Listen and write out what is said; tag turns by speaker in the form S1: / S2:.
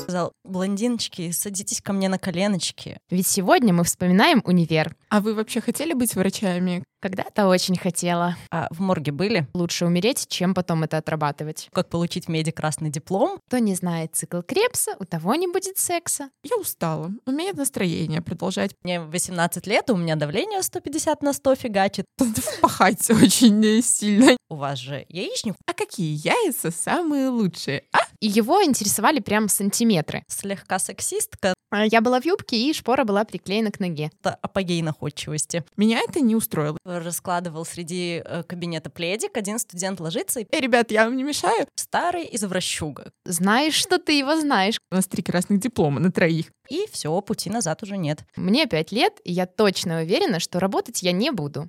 S1: сказал, блондиночки, садитесь ко мне на коленочки.
S2: Ведь сегодня мы вспоминаем универ.
S3: А вы вообще хотели быть врачами?
S2: Когда-то очень хотела.
S1: А в морге были?
S2: Лучше умереть, чем потом это отрабатывать.
S1: Как получить меди красный диплом?
S2: Кто не знает цикл Крепса, у того не будет секса.
S3: Я устала. У меня нет настроения продолжать
S1: Мне 18 лет, у меня давление 150 на 100 фигачит.
S3: пахать очень э, сильно.
S1: У вас же яичник
S3: А какие яйца самые лучшие? А?
S2: И его интересовали прям сантиметры.
S1: слегка сексистка,
S2: А Я была в юбке, и шпора была приклеена к ноге.
S1: это апогей находчивости.
S3: Меня это не устроило.
S1: Раскладывал среди э, кабинета пледик, один студент ложится и
S3: Э, ребят, я вам не мешаю?
S1: старый извращуга.
S2: Знаешь, что ты его знаешь.
S3: У нас три красных диплома на троих.
S1: И все, пути назад уже нет.
S2: Мне пять лет, и я точно уверена, что работать я не буду.